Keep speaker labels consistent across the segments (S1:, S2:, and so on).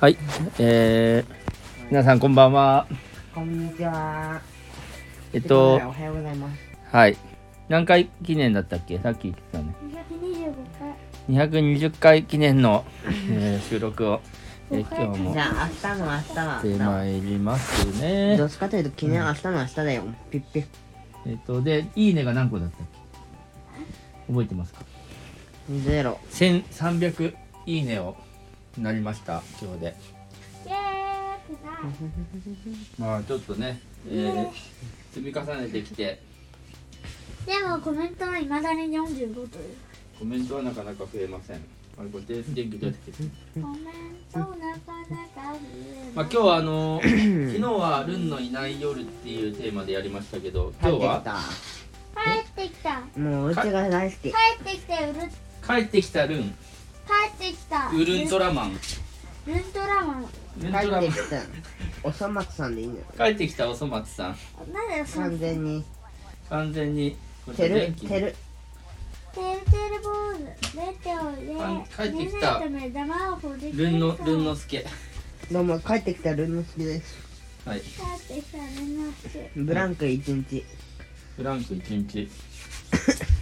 S1: はい、えー、皆さんこんばんは。
S2: こんにちは。
S1: えっと
S2: お、はようございます。
S1: はい。何回記念だったっけさっき言ってたね。
S3: 225回
S1: 220回記念の、えー収録を、えー今日も
S2: じゃあ明日の明日は
S1: してまいりますね
S2: ど。っちかというと昨日明日の明日だよ。ピッピッ。
S1: えっと、で、いいねが何個だったっけ覚えてますか
S2: ゼロ。
S1: ?1300 いいねをなりました、今日で。
S3: イエーイってな
S1: まあちょっとね、えー、積み重ねてきて、
S3: でもコメントはいまだに45という
S1: コメントはなかなか増えません。あれ、これ電気どうやって消す
S3: コメントなかなか
S1: まあ、今日はあ の昨日は「ルンのいない夜」っていうテーマでやりましたけど今日は
S2: 帰
S3: 帰ってきた
S2: ってきた。もううちが大好き。
S3: 帰ってきてうる
S1: 帰ってきたルン
S3: 帰ってきた
S1: ウルントラマン
S3: ウルントラマン
S1: ウルン
S2: 帰
S1: トラマ
S2: って
S1: ン
S2: きた。おそ松さんでいいんだよ。
S1: 帰ってきたおそ松さん
S3: なんだよその
S2: 完
S3: てる
S2: 全に。
S1: 完全にこ
S2: て
S1: れ
S2: る
S1: 電気
S2: てる。
S3: てる坊主出ておい
S1: あ帰って
S3: で
S1: き
S3: み
S1: た
S3: んなのため玉をほじくり
S1: ルンのルンのすけ
S2: どうも帰ってきたルンの好きです。
S1: はい
S3: 帰ってきたルンのすけ
S2: ブランク一日。
S1: フランク一日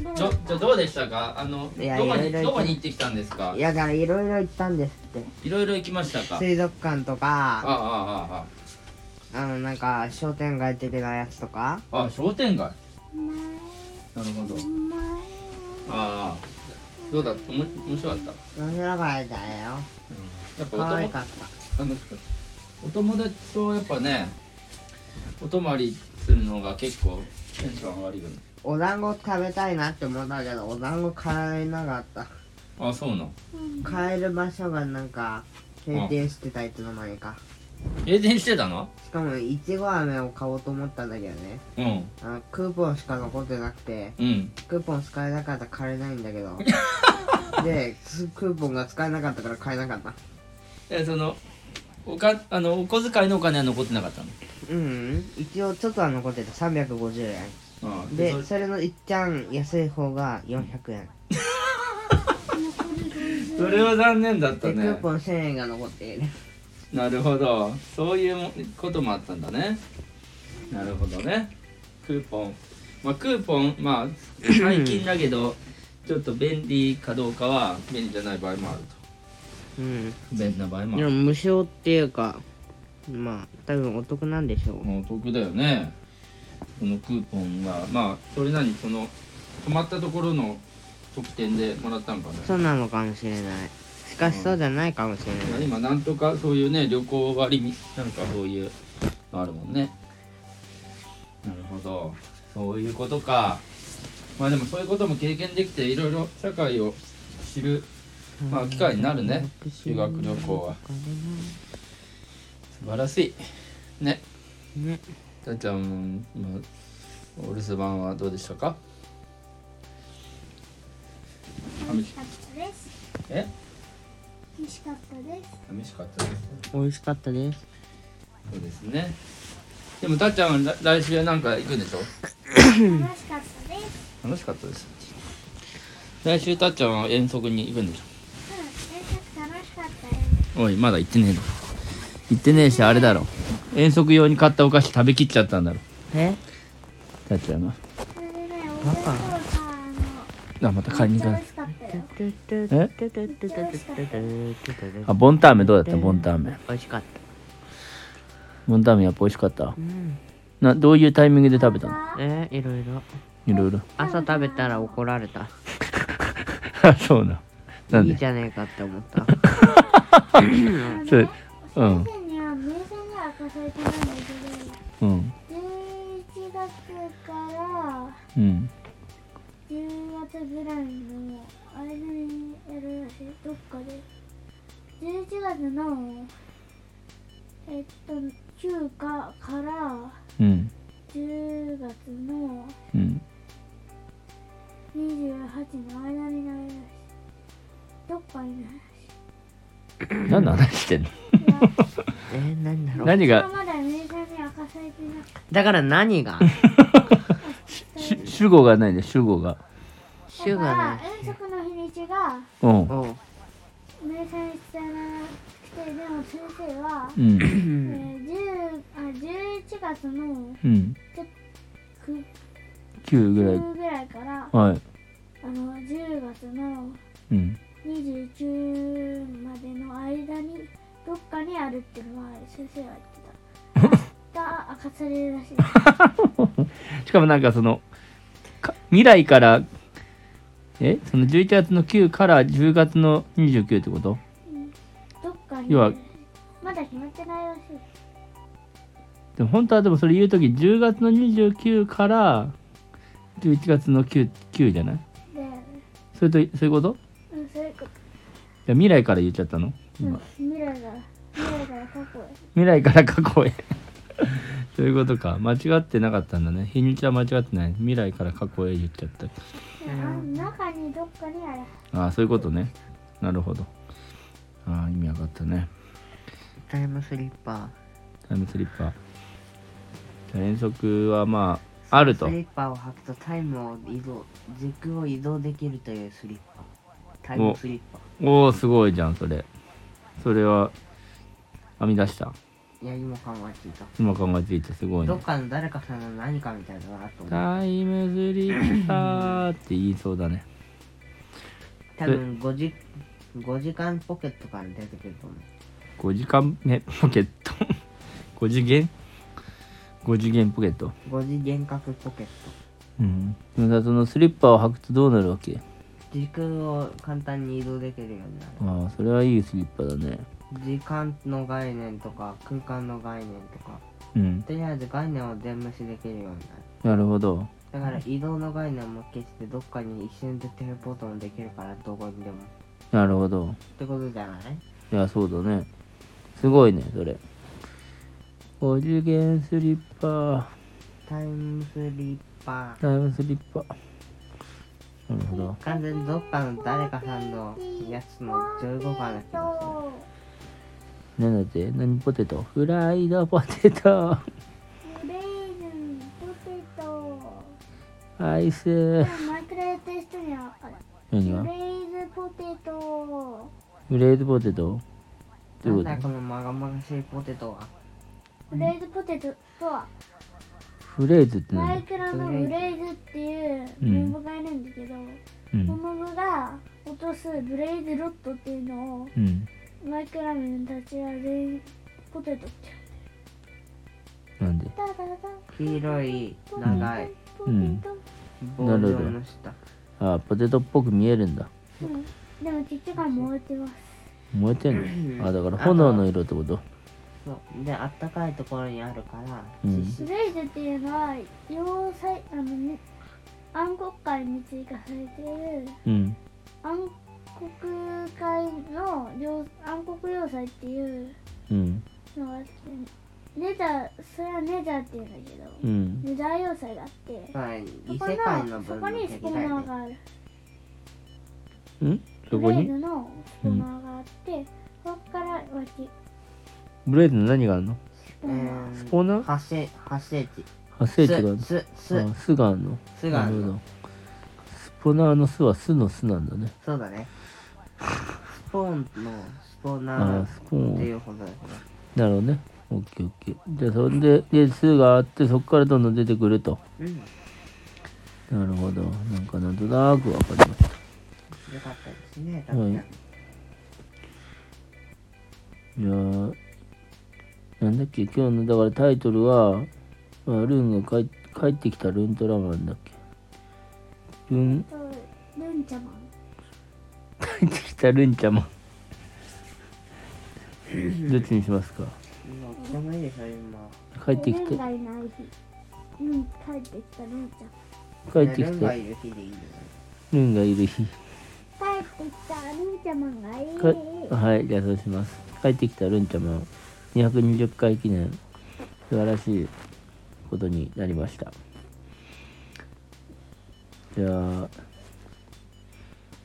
S3: どう
S1: ちょじゃあどうでしたかあの
S2: いや
S1: どこ
S2: いろい
S1: に
S2: ろ行っ
S1: どこに行ってきたんですか
S2: いやだからいろいろ行ったんですって。
S1: いろいろ行きましたか
S2: 水族館と
S1: ああ
S2: か、
S1: あ
S2: あのなんか商店街的なやつとか。
S1: ああああ商店街
S3: うまい
S1: なるほど
S3: うまい
S1: ああどうだったおも面白かった
S2: 面白かったよ。
S1: やっぱ
S2: 可
S1: 男
S2: 愛かった。
S1: 楽しかったお友達とやっぱねお泊まりするのが結構テンション上がるよね
S2: お団子食べたいなって思ったけどお団子買えなかった
S1: あそうなの
S3: うん
S2: 買える場所がなんか閉店してたいつの間にか
S1: 閉店してたの
S2: しかもいちご飴を買おうと思ったんだけどね
S1: うん
S2: あのクーポンしか残ってなくて
S1: うん
S2: クーポン使えなかったら買えないんだ けどでクーポンが使えなかったから買えなかった
S1: えそのおかあのお小遣いのお金は残ってなかったの
S2: うんうん一応ちょっとは残ってた350円
S1: ああ
S2: でそれのいっちゃん安い方が400円
S1: そそれは残念だった
S2: でクー
S1: ね
S2: ポン1000円が残っている
S1: なるほどそういうもこともあったんだねなるほどねクーポンまあクーポンまあ最近だけどちょっと便利かどうかは便利じゃない場合もあると
S2: うん
S1: 便利な場合もあ
S2: で
S1: る
S2: も無償っていうかまあ多分お得なんでしょう
S1: お得だよねこのクーポンがまあそれなりにその泊まったところの特典でもらったのかね
S2: そうなのかもしれないしかしそうじゃないかもしれ
S1: まあ
S2: ない、
S1: 今なんとかそういうね旅行割になんかそういうのあるもんねなるほどそういうことかまあでもそういうことも経験できていろいろ社会を知る、まあ、機会になるね修学旅行は素晴らしいね
S2: ね
S1: たっちゃん、まあ、お留守番はどうでしたか
S3: 楽しかったです
S1: え
S3: 美味しかっ たです
S1: 寂しかったです
S2: 美味しかったです
S1: そうですねでもたっちゃんは来来週なんか行くんでしょ
S3: 楽しかったです
S1: 楽しかったです来週たっちゃんは遠足に行くんでし
S3: うん遠足楽しかったよ
S1: ょおいまだ行ってねえの行ってねえしあれだろ遠足用に買ったお菓子食べきっちゃったんだろ
S2: え
S1: たっちゃんが
S3: それでねお
S2: パ
S3: 弁
S2: パ
S3: 当さあの
S1: あまた買いに行か
S3: め
S1: な
S3: っ
S1: い
S3: ちゃ美味しかったよ
S1: あボンターメンどうだったボンターメン
S2: 美味しかった
S1: ボンターメンやっぱ美味しかった
S2: うん
S1: などういうタイミングで食べたの
S2: えいろいろ
S1: いろいろ
S2: 朝食べたら怒られた
S1: あそうない
S2: いじゃねえかって思 った
S3: あのね
S1: それうん
S3: 先生には入選には明かされてないんだ
S1: うん
S3: けど11月から
S1: うん
S3: 10月ぐらいの間にやるらしいどっかで11月のえっと中華から
S1: うん
S3: 10月の
S1: うん
S3: 28の間になるらしいどっかになる
S1: 何の話してんの
S3: らしいいや
S2: えー、何だろう
S1: 何
S3: それは
S1: が
S3: まだ明確に明かされてなく
S2: だから 何が
S1: し
S3: て
S1: 主語がないね主語が
S2: 週
S3: だか
S2: が
S3: ら
S2: ね
S3: 遠足の日にちが
S1: うん
S2: おう
S3: 明確に伝えなくででも先生は、
S1: うん
S2: う
S3: え
S2: ん
S3: ー、10あ11月の
S1: うん
S3: 9
S1: 9ぐらい
S3: 日ぐらいから
S1: はい
S3: あの10月の
S1: うん
S3: 29までの間にどっかにあるってのは先生は言 ってた明日明かされるらしい
S1: しかもなんかそのか未来からえその11月の9から10月の29ってこと
S3: どっかに
S1: 要は
S3: まだ決まってないらしい
S1: でも本当はでもそれ言う時10月の29から11月の 9, 9じゃない
S3: で、
S1: それとそういうことい
S3: うん、そういうこと、
S1: や未来から言っちゃったの
S3: うん
S1: 今、
S3: 未来が未来から過去へ
S1: 未来から過去へ そういうことか間違ってなかったんだね日にちは間違ってない未来から過去へ言っちゃった
S3: であ中にどっかにある
S1: ああそういうことねなるほどああ意味わかったね
S2: タイムスリッパ
S1: タイムスリッパーじゃあ遠足はまああると
S2: スリッパを履くとタイムを移動時空を移動できるというスリッパタイムスリッパ
S1: おおすごいじゃんそれそれは編み出した
S2: いや今考えていた
S1: 今考えていてすごい
S2: ど
S1: ね
S2: っかの誰かさんの何かみたいだなと思う
S1: タイムスリッパーって言いそうだね
S2: 多分5時5時間ポケットから出てくると思う
S1: 5時間目ポケット5 次元5次元ポケット
S2: 5次幻覚ポケット
S1: うんでもさそのスリッパを履くとどうなるわけ
S2: 時空を簡単に移動できるようになる
S1: ああそれはいいスリッパだね
S2: 時間の概念とか空間の概念とか
S1: うん
S2: とりあえず概念を全無視できるようになる
S1: なるほど
S2: だから移動の概念も消してどっかに一瞬でテレポートもできるからどこにでも
S1: なるほど
S2: ってことじゃない
S1: いやそうだねすごいねそれ5次元スリッパー
S2: タイムスリッパ
S1: タイムスリッパなるほど
S2: ー完全にどっかの誰かさんのやつの15番だけど
S3: そ
S1: なんだって何ポテトフライドポテト
S3: うレーズンポテト
S1: アイス
S3: でもマイクラやってる人には分かる
S1: 何
S3: フ
S1: が
S3: レーズポテト
S1: フレーズポテトどういう
S2: なんだ
S1: こ
S2: このまがまがしいポテトは
S3: フレーズポテトとは
S1: とフレーズって
S3: マ
S1: 何
S3: イ
S1: だ
S3: クラのフレーズっていう文部がいるんだけど、
S1: う
S3: こ
S1: ん
S3: の部が落とすブレイズロットっていうのを
S1: うん
S3: マイクラメンたちは全員ポテトって
S1: なんで
S3: 言うタラタラ
S2: 黄色い長い
S3: ポテト、
S2: 棒状の下
S1: あポテトっぽく見えるんだ
S3: うんでも父が燃えてます
S1: 燃えてんのあだから炎の色ってこと
S2: そうであったかいところにあるから
S1: うん
S2: 実
S3: フ
S2: 質
S3: レイズっていうのは要塞あの、ね、暗黒界に追加されてる
S1: うん
S3: 暗黒界の要暗黒要塞っていう
S1: うん
S3: のがあってネザーそれはネザーっていうんだけど、
S1: うん
S3: ネザー要塞があって、
S2: はい
S3: そ
S2: 異
S3: こ
S2: 世界の
S3: のそ
S2: 文
S3: こ
S2: 明
S3: に
S2: 的
S3: ス
S2: だ
S3: ポ
S2: よ
S3: ナー
S2: ね
S3: がある
S1: んそ
S3: ブレ
S1: こ
S3: ー
S1: に
S3: ズのスポナーがあって、ここから脇
S1: ブレーズの何があるの
S2: う
S3: スポナー、
S2: ん
S1: スポナ
S2: 発生発生地
S1: 発生地があるの
S2: すす
S1: あ巣があるの
S2: 巣があるの
S1: なほどスポナーの巣は巣の巣なんだね
S2: そうだねスポーンのスポー
S1: あ
S2: ナ
S1: あスポー
S2: ーってい
S1: ン
S2: うことだよね
S1: なるほどねオッケーオッケーじゃあそんでで巣があってそこからどんどん出てくると
S2: うんよ
S1: なるほどなんかなんとなくわかりました
S2: かったですねた
S1: はい
S2: くさん
S1: いやーなんだっけ今日のだからタイトルは、まあ、ルンが帰帰ってきたルントラマンだっけルン
S3: とルンちゃま
S1: 帰ってきたルンち ゃまどっちにしますか
S2: もうどっちでもいいでしょ今
S1: 帰ってき
S3: ルン
S1: た
S3: がいない日ルン帰ってきたルンち
S1: 帰ってき
S2: ルン
S1: た
S2: がいる日でいいよね
S1: ルンがいる日
S3: ゃん帰ってきたルンちゃまがいい
S1: かはいじゃあそうします帰ってきたルンちゃま220回記念素晴らしいことになりましたじゃあ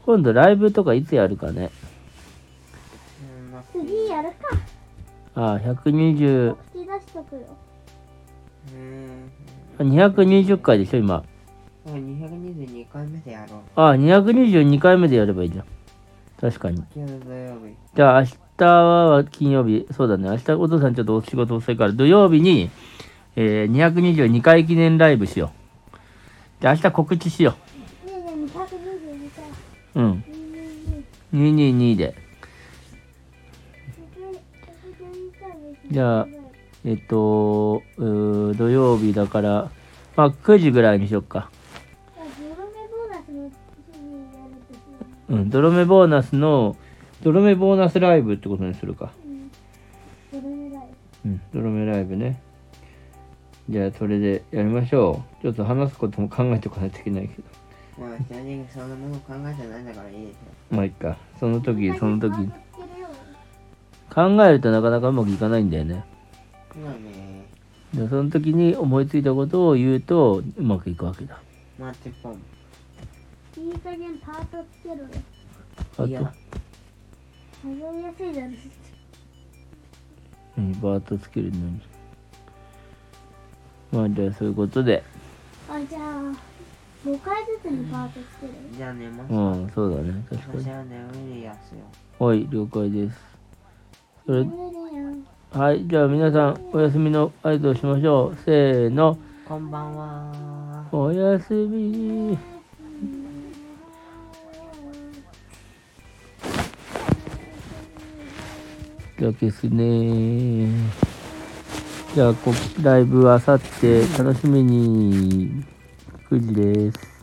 S1: 今度ライブとかいつやるかね
S2: うんま
S3: 次やるか
S1: ああ120
S3: 引き出しとくよ
S2: うん
S1: あ220回でしょ今
S2: もう222回目でやろう
S1: ああ222回目でやればいいじゃん確かに
S2: 今日の土曜日
S1: じゃあ明日は金曜日、そうだね、明日お父さんちょっとお仕事遅いから、土曜日に、えー、222回記念ライブしよう。で、明日告知しよ
S3: ねえねえ、222か。
S1: う。うん。
S3: 222。
S1: 222で。じゃあえっと、うー土曜日だから、まあ9時ぐらいにしよっか。
S3: グルメボーナスの時にやるとき
S1: うん、泥目ボーナスの、泥目ボーナスライブってことにするか。
S3: うんグルメライ
S1: うん、泥目ライブね。じゃあ、それでやりましょう。ちょっと話すことも考えておかないといけないけど。
S2: まあ、人にそんなもの考えてないんだからいいですよ。
S1: まあ、いっか。その時、
S3: ブ
S1: その時。
S3: 回ってるよ
S1: 考えるとなかなかうまくいかないんだよね。
S2: まあね、
S1: でその時に思いついたことを言うと、うまくいくわけだ。
S2: 待ってポン。
S3: いい加減パートつけろよ
S1: あと、
S2: いや
S3: 覚えやすいだろ
S1: うん、バーッとつけるのに。まあ、じゃあ、そういうことで。
S3: あじゃあ5回ずつにパートつける
S2: じゃあ寝ます。
S1: うん、そうだね。確か
S2: 私
S1: に。
S2: は眠いやつよ。
S1: はい、了解です。それ
S3: 眠るよ
S1: はい、じゃあ皆さん、お休みの合図をしましょう。せーの、
S2: こんばんは。
S1: おやすみ。じゃあ消すね。じゃあこ、ライブはあさって、楽しみに。9時です。